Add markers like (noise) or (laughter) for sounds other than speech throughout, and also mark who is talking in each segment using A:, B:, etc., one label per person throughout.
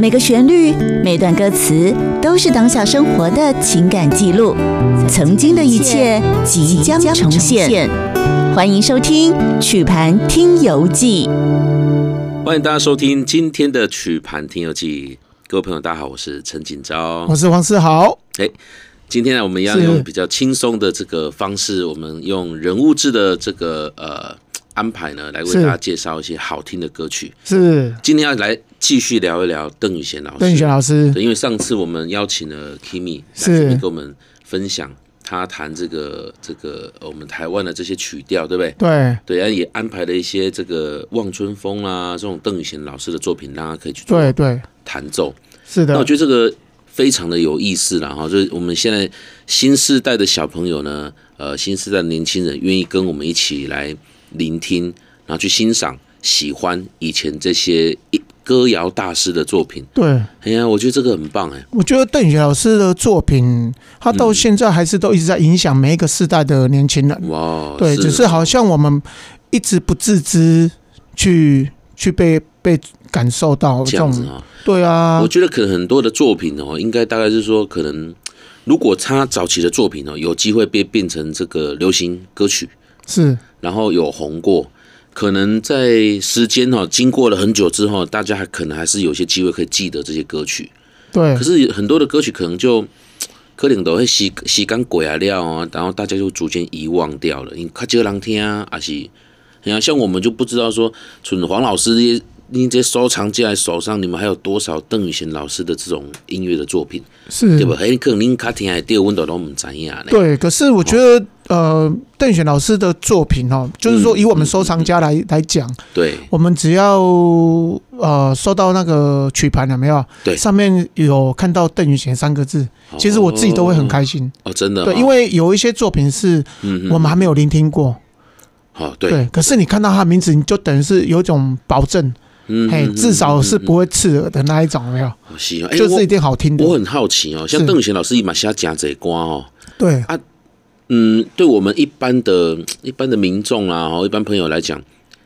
A: 每个旋律、每段歌词都是当下生活的情感记录，曾经的一切即将重现。欢迎收听《曲盘听游记》，
B: 欢迎大家收听今天的曲盘听游记。各位朋友，大家好，我是陈锦昭
C: 我。是黄世豪，
B: 哎，今天呢，我们要
C: 是
B: 用比较轻松的这个方式，我们用人物志的这个呃安排呢，来为
C: 是
B: 大家介绍一些好听的歌曲。
C: 是
B: 今天要来继续聊一聊邓宇贤老师。
C: 邓宇轩老师，
B: 对，因为上次我们邀请了 Kimi，
C: 是
B: 来 Kimi 跟我们分享他弹这个这个呃我们台湾的这些曲调，对不对？
C: 对
B: 对，然后也安排了一些这个望春风啊，这种邓雨贤老师的作品，让大家可以去做
C: 对对，
B: 弹奏。
C: 是
B: 那我
C: 的，
B: 觉得这个非常的有意思啦，哈，就是我们现在新世代的小朋友呢，呃，新世代的年轻人愿意跟我们一起来聆听，然后去欣赏、喜欢以前这些一歌谣大师的作品。
C: 对，
B: 哎呀，我觉得这个很棒哎、
C: 我觉得邓宇轩老师的作品，他到现在还是都一直在影响每一个世代的年轻人，
B: 哇，
C: 对，只是好像我们一直不自知去去被被感受到
B: 这
C: 这
B: 样子
C: 种，
B: 啊、
C: 对啊
B: 我，觉得可能很多的作品哦，应该大概是说，可能如果他早期的作品哦，有机会被变成这个流行歌曲，
C: 是
B: 然后有红过，可能在时间哦，经过了很久之后，大家还可能还是有些机会可以记得这些歌曲。
C: 对
B: 可，是很多的歌曲可能就。嗯可能都会吸吸干鬼啊料啊，然后大家就逐渐遗忘掉了。因为较少人听啊，还是，你看像我们就不知道说，准黄老师这些你这些收藏家手上，你们还有多少邓雨贤老师的这种音乐的作品，
C: 是
B: 对吧？很可能您卡听的对温度都唔知影呢。
C: 嗯对，可是我觉得，呃，邓选老师的作品哦，就是
B: 嗯
C: 说以我们收藏家来来讲，
B: 对
C: 我们只要呃收到那个曲盘了没有？
B: 对
C: 上面有看到邓宇贤三个字，其实我自己都会很开心。
B: 哦，真的哦
C: 对，因为有一些作品是
B: 嗯嗯
C: 我们还没有聆听过，
B: 好对，
C: 对，可是你看到他的名字，你就等于是有一种保证，
B: 嗯
C: 嘿，至少是不
B: 会
C: 会刺耳的那一种，有没有？
B: 是哦，哎
C: 就是一定好听的
B: 我。我。很好奇哦，像
C: 是
B: 邓雨贤老师伊嘛写真侪歌哦。
C: 对，
B: 嗯，对我们一般的、一般的民众啊，然一般朋友来讲，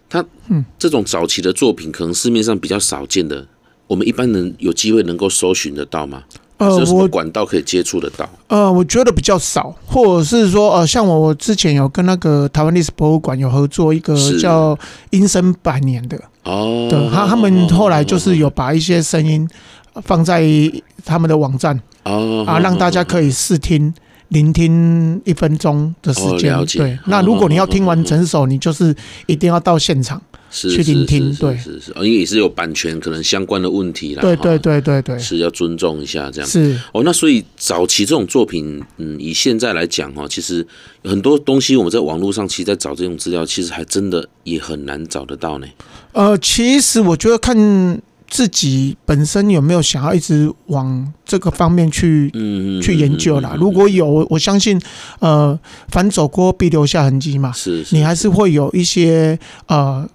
B: 他
C: 嗯
B: 这种早期的作品，可能市面上比较少见的，我们一般人有机会能够搜寻得到吗？
C: 呃
B: 还是有什么
C: 我
B: 管道可以接触得到？
C: 呃，我觉得比较少，或者是说，呃，像我我之前有跟那个台湾历史博物馆有合作一个
B: 是
C: 叫《音声百年》的，
B: 哦，
C: 对，他他们后来就是有把一些声音放在他们的网站
B: 哦
C: 啊，让大家可以试听、聆听一分钟的时间
B: 哦了。解
C: 对
B: 哦，
C: 那如果你要
B: 哦
C: 听
B: 哦
C: 完
B: 哦
C: 整首，你就是一定要到现场。
B: 是
C: 去聆听
B: 是是
C: 对
B: 是是是，哦因为也是有版权可能相关的问题啦，
C: 对
B: 哈
C: 对，对对对，
B: 是要尊重一下这样。
C: 是
B: 哦，那所以早期这种作品，嗯，以现在来讲哈，其实很多东西我们在网络上其实在找这种资料，其实还真的也很难找得到呢。
C: 呃，其实我觉得看自己本身有没有想要一直往这个方面去
B: 嗯，嗯
C: 去研究啦
B: 嗯嗯。嗯
C: 如果有，我我相信，呃，凡走过必留下痕迹嘛，
B: 是是
C: 你还是会有一些呃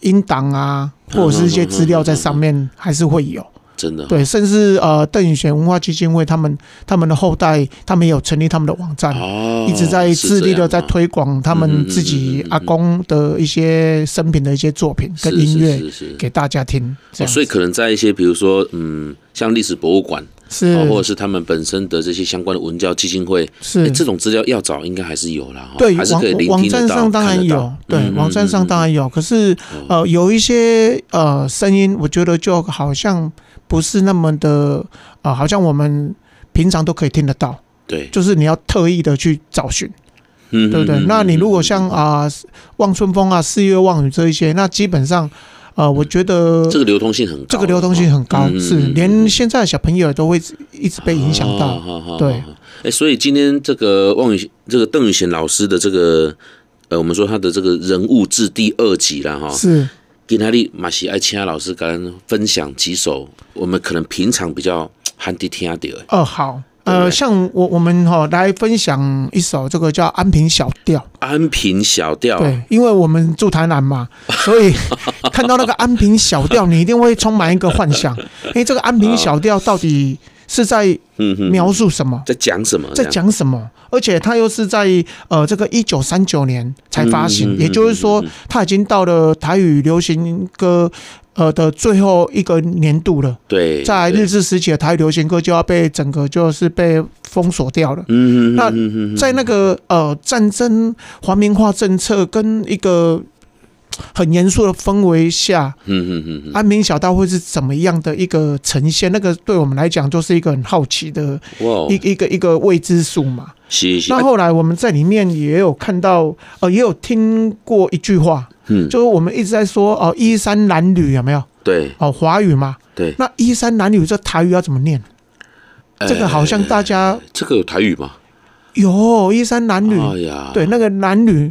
C: 音档啊，或者是一些资料在上面，还是会
B: 嗯
C: 有。
B: 真的哦
C: 对，甚至呃，邓宇贤文化基金会他们他们的后代，他们也有成立他们的网站。
B: 哦，
C: 啊一直在
B: 是
C: 致
B: 这
C: 力的
B: 样
C: 在
B: 啊
C: 推广他
B: 嗯嗯
C: 们
B: 嗯
C: 自己
B: 嗯嗯
C: 阿公的一些生平的一些作品跟
B: 是
C: 音乐
B: 是是是
C: 给大家听，这
B: 哦，
C: 样
B: 所以可能在一些比如说嗯，像历史博物馆，
C: 是
B: 哦或者是他们本身的这些相关的文教基金会，哎
C: 是
B: 这种资料要找应该还是有啦，哈
C: 嗯对，
B: 哦还是可以聆
C: 网
B: 听
C: 网
B: 得
C: 站
B: 到
C: 上当然，
B: 看得
C: 有
B: 到，
C: 对，
B: 嗯
C: 网站上当然有。可是
B: 嗯
C: 呃，有一些呃声音，我觉得就好像不是那么的呃，好像我们平常都可以听得到，
B: 对，
C: 就是你要特意的去找寻，
B: 嗯
C: 对不对？那你如果像啊、望春风啊、四月望雨这一些，那基本上呃，我觉得
B: 嗯这个流通性很高，啊
C: 这个流动性很高，
B: 嗯
C: 是
B: 嗯嗯
C: 连现在的小朋友都会一直被影响到。
B: 哦好
C: 对。
B: 好好好哎，所以今天这个望雨，这个邓宇贤老师的这个。呃，我们说他的这个人物志第二集啦，哈，
C: 是
B: 今天你嘛是爱请老师跟咱分享几首我们可能平常比较罕地听到的。
C: 哦，好。
B: 对不
C: 呃，
B: 对
C: 像我我们哈、来分享一首这个叫《安平小调》，
B: 安平小调，
C: 对，因为我们住台
B: (laughs)
C: 南嘛，所以看到那个安平小调，你一定会充满一个
B: (laughs)
C: 幻想。哎，这个安平小调到底是在
B: 嗯哼，
C: 描述什么，
B: 在讲什么？
C: 在讲什么？而且它又是在呃这个一九三九年才
B: 嗯
C: 发
B: 嗯
C: 行，
B: 嗯
C: 也就是说
B: 嗯嗯，
C: 它已经到了台语流行歌呃的最后一个年度了，
B: 对，
C: 在
B: 对
C: 日治时期的台语流行歌就要被整个就是被封锁掉了。
B: 嗯，
C: 那
B: 那
C: 在那个呃战争华民化政策跟一个很严肃的氛围下，
B: 嗯嗯嗯嗯，
C: 安平小道会是怎么样的一个呈现？那个对我们来讲就是一个很好奇的
B: 哇哦，
C: 一一个一个未知数嘛。
B: 是是，
C: 那
B: 啊
C: 后来我们在里面也有看到，呃，也有听过一句话，
B: 嗯，
C: 就是我们一直在说哦，衣衫褴褛有没有？
B: 对
C: 哦，华语嘛。
B: 对，
C: 那衣衫褴褛这台语要怎么念？这个好像
B: 呃
C: 大家
B: 这个有台语嘛，
C: 有衣衫褴
B: 哎
C: 褛，
B: 呀，
C: 嗯对，那个褴褛，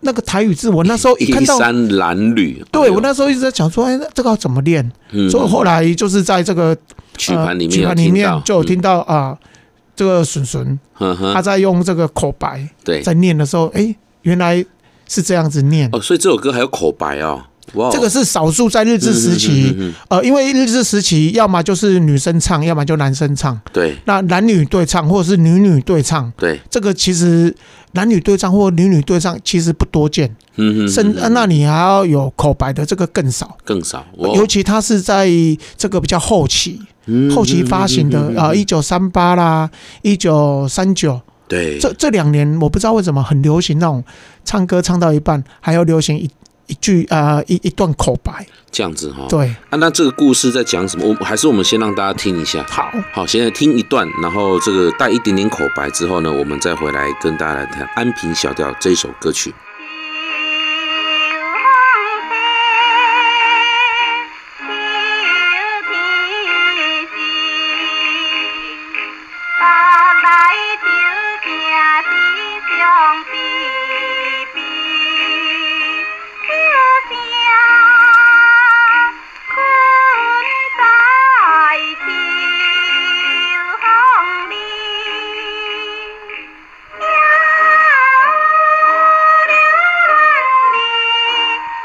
C: 那个台语字，我那时候一看
B: 衣
C: 到，
B: 衫褴褛，哎
C: 对
B: 呦
C: 我那时候一直在想说，哎，那这个要怎么念？
B: 嗯
C: 所以后来就是在这个呃
B: 曲盘里面
C: 曲
B: 有
C: 盘里面
B: 到
C: 就有听，到啊，这个笋笋
B: 嗯哼
C: 他
B: 哼，
C: 在用这个口白
B: 对，
C: 在念的时候，哎，原来是这样子念。
B: 哦，所以这首歌还有口白哦，哇哦，
C: 这个是少数在日治
B: 嗯
C: 时
B: 嗯嗯
C: 期，
B: 嗯嗯
C: 呃，因为日治时期要么就是女生唱，要么就男生唱，
B: 对
C: 那男女对唱或者是女女对唱，
B: 对，
C: 这个其实男女对唱或女女对唱其实不多见，
B: 嗯哼，
C: 甚
B: 嗯
C: 那你还要有口白的这个更少，
B: 更少，哇哦
C: 尤其它是在这个比较后期
B: 嗯
C: 后期发行的
B: 嗯嗯嗯，嗯
C: 呃，一九三八啦，一九三九，
B: 对，
C: 这这两年我不知道为什么很流行那种唱歌唱到一半还要流行一一句啊、呃一一段口白，
B: 这样子哈，
C: 对，
B: 啊，那这个故事在讲什么？我还是我们先让大家听一下。
C: 好。
B: 好，现在听一段，然后这个带一点点口白之后呢，我们再回来跟大家来谈《安平小调》这一首歌曲。
D: Thank you. 有了你，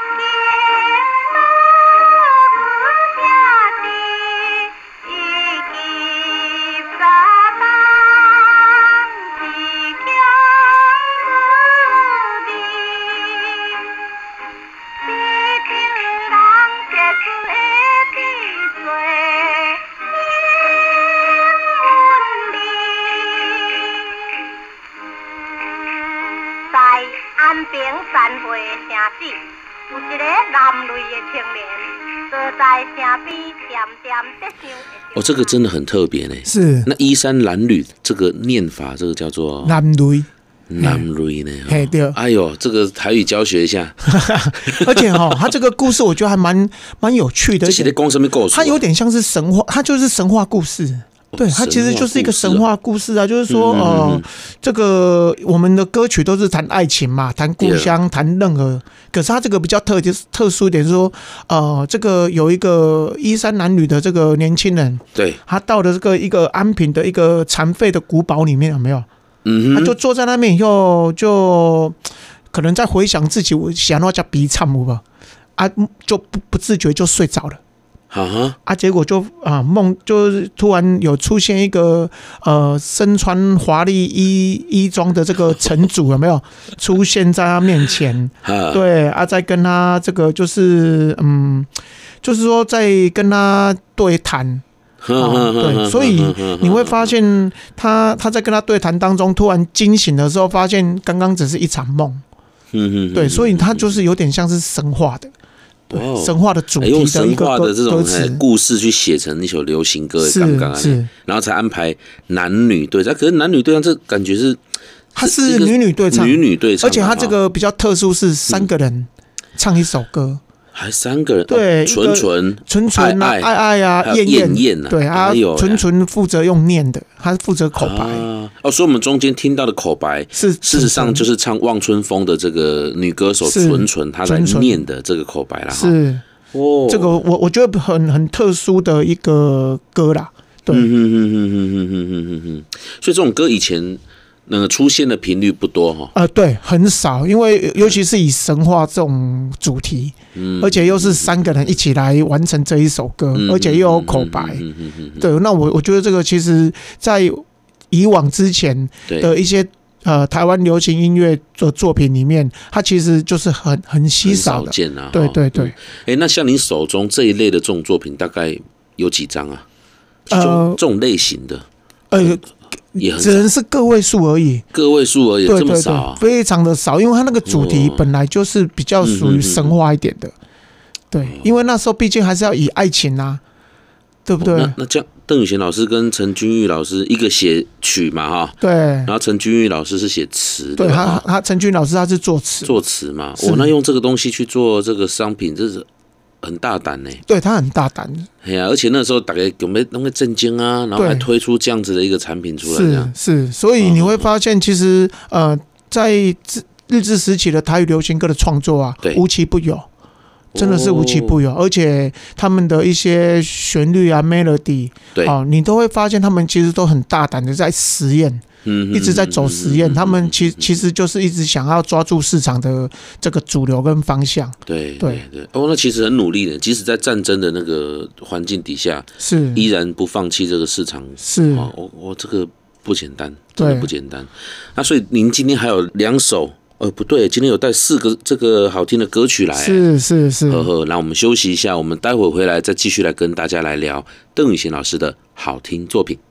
D: 天不下地，一起撒浪一条路的。比丘人结出的智慧，英文字。在安平山脉的城市，有一个男类的青年，坐在城边点点在想。
B: 哦，这个真的很特别呢。
C: 是
B: 那衣衫褴褛这个念法，这个叫做
C: 男女，
B: 南瑞呢？
C: 嘿对
B: 哎呦，这个台语教学一
C: (laughs)
B: 下，
C: 而且哈、他这个故事我觉得还蛮蛮有趣
B: 这
C: 的，而
B: 写的
C: 且
B: 公什么啊构
C: 它有点像是神话，它就是神话故事。对，它其实就是一个神话故事啊，就是说，
B: 嗯嗯嗯
C: 呃，这个我们的歌曲都是谈爱情嘛，谈故乡，谈任何。可是它这个比较特别特殊一点，是说，呃，这个有一个衣衫褴褛的这个年轻人，
B: 对，
C: 他到了这个一个安平的一个残废的古堡里面，有没有？
B: 嗯
C: 他
B: 哼，
C: 就坐在那边以后，就可能在回想自己我想要叫鼻唱舞吧，啊，就不不自觉就睡着了。
B: 哈哈，
C: 啊，结果就啊梦，就是突然有出现一个呃身穿华丽衣衣装的这个城主有没有 (laughs) 出现在他面前？
B: 哈，
C: 对啊，在跟他这个就是嗯，就是说在跟他对谈，
B: 哈
C: 啊，
B: 哈，
C: 对，所
B: 嗯
C: 以你会发现他他在跟他对谈当中，突然惊醒的时候，发现刚刚只是一场梦。
B: 嗯嗯，
C: 对，所以他就是有点像是神话的，对，神话的主
B: 哎
C: 题
B: 用
C: 的一
B: 神
C: 个
B: 话的
C: 歌
B: 这
C: 歌
B: 种哎
C: 词。
B: 故事去写成一首流行歌，
C: 是
B: 刚刚啊
C: 是，
B: 然后才安排男女对啊战。可是男女对战这感觉是
C: 它
B: 一
C: 是
B: 个
C: 女女对唱，
B: 女女对唱
C: 而
B: 的嗯
C: 且
B: 哈，
C: 它这个比较特殊是三个人唱一首歌，
B: 还三个人，
C: 对
B: 哦纯纯
C: 纯纯啊
B: 爱
C: 爱爱啊
B: 还有
C: 燕
B: 燕燕啊
C: 对啊
B: 哎呦，
C: 纯纯负责用念的，他负责口白，
B: 啊哦，所以我们中间听到的口白，
C: 是
B: 事实上就是唱《望春风》的这个女歌手
C: 是
B: 纯纯她来
C: 纯纯
B: 念的这个口白啦。哈
C: 是
B: 啊哦，
C: 这个我我觉得很很特殊的一个歌啦，
B: 嗯
C: 对，
B: 哼哼哼哼哼哼哼哼哼，所以这种歌以前那个出现的频率不多哈。
C: 呃，对，很少，因为尤其是以神话这种主题，
B: 嗯，
C: 而且又是三个人一起来完成这一首歌，
B: 嗯
C: 而且又有口白，
B: 嗯嗯嗯嗯嗯嗯嗯
C: 对，那我我觉得这个其实，在以往之前
B: 对
C: 的一些呃台湾流行音乐的作品里面，它其实就是很很稀
B: 很
C: 少
B: 少
C: 的。
B: 见啊。
C: 对
B: 哦
C: 对对
B: 嗯哎，那像你手中这一类的这种作品，大概有几张啊？这
C: 呃
B: 种这种类型的
C: 呃，
B: 也很
C: 只能是个位数而已。
B: 个位数而已，
C: 对
B: 这么
C: 对
B: 少
C: 对，
B: 啊？
C: 非常的少，因为它那个主题
B: 哦嗯
C: 本来就是比较属于神话一点的。对，
B: 哦
C: 因为那时候毕竟还是要以爱情啊，对不对
B: 那？那这样，邓雨贤老师跟陈君玉老师，一个写曲嘛哈，
C: 对
B: 然，后陈君玉老师是写词
C: 对
B: 的
C: 他
B: 哈，
C: 他陈俊老师他是作词，
B: 啊作词嘛。
C: 是
B: 我那用这个东西去做这个商品，这是很大胆呢。
C: 对他很大胆，
B: 哎呀，而且那时候大概有没有弄个震惊啊，然后
C: 对
B: 还推出这样子的一个产品出来，这
C: 是
B: 样哦
C: 是，所以你会发现，其实呃，在自日治时期的台语流行歌的创作啊
B: 对，
C: 无奇不有，真的是无奇不
B: 有。
C: 有，而且他们的一些旋律啊、melody，
B: 对，
C: 哦，你都会发现他们其实都很大胆的在实验，
B: 嗯，
C: 一直在走实验，
B: 嗯
C: 他们
B: 嗯
C: 其
B: 嗯
C: 其实就是一直想要抓住市场的这个主流跟方向，
B: 对对
C: 对
B: 对，哦，那其实很努力的，即使在战争的那个环境底下，
C: 是
B: 依然不放弃这个市场。
C: 是，
B: 哦，我我这个不简单，真的
C: 嗯对
B: 不简单。那所以您今天还有两首，呃，不对，今天有带四个这个好听的歌曲来。
C: 是是是，
B: 呵呵，那我们休息一下，我们待会回来再继续来跟大家来聊邓雨贤老师的好听作品。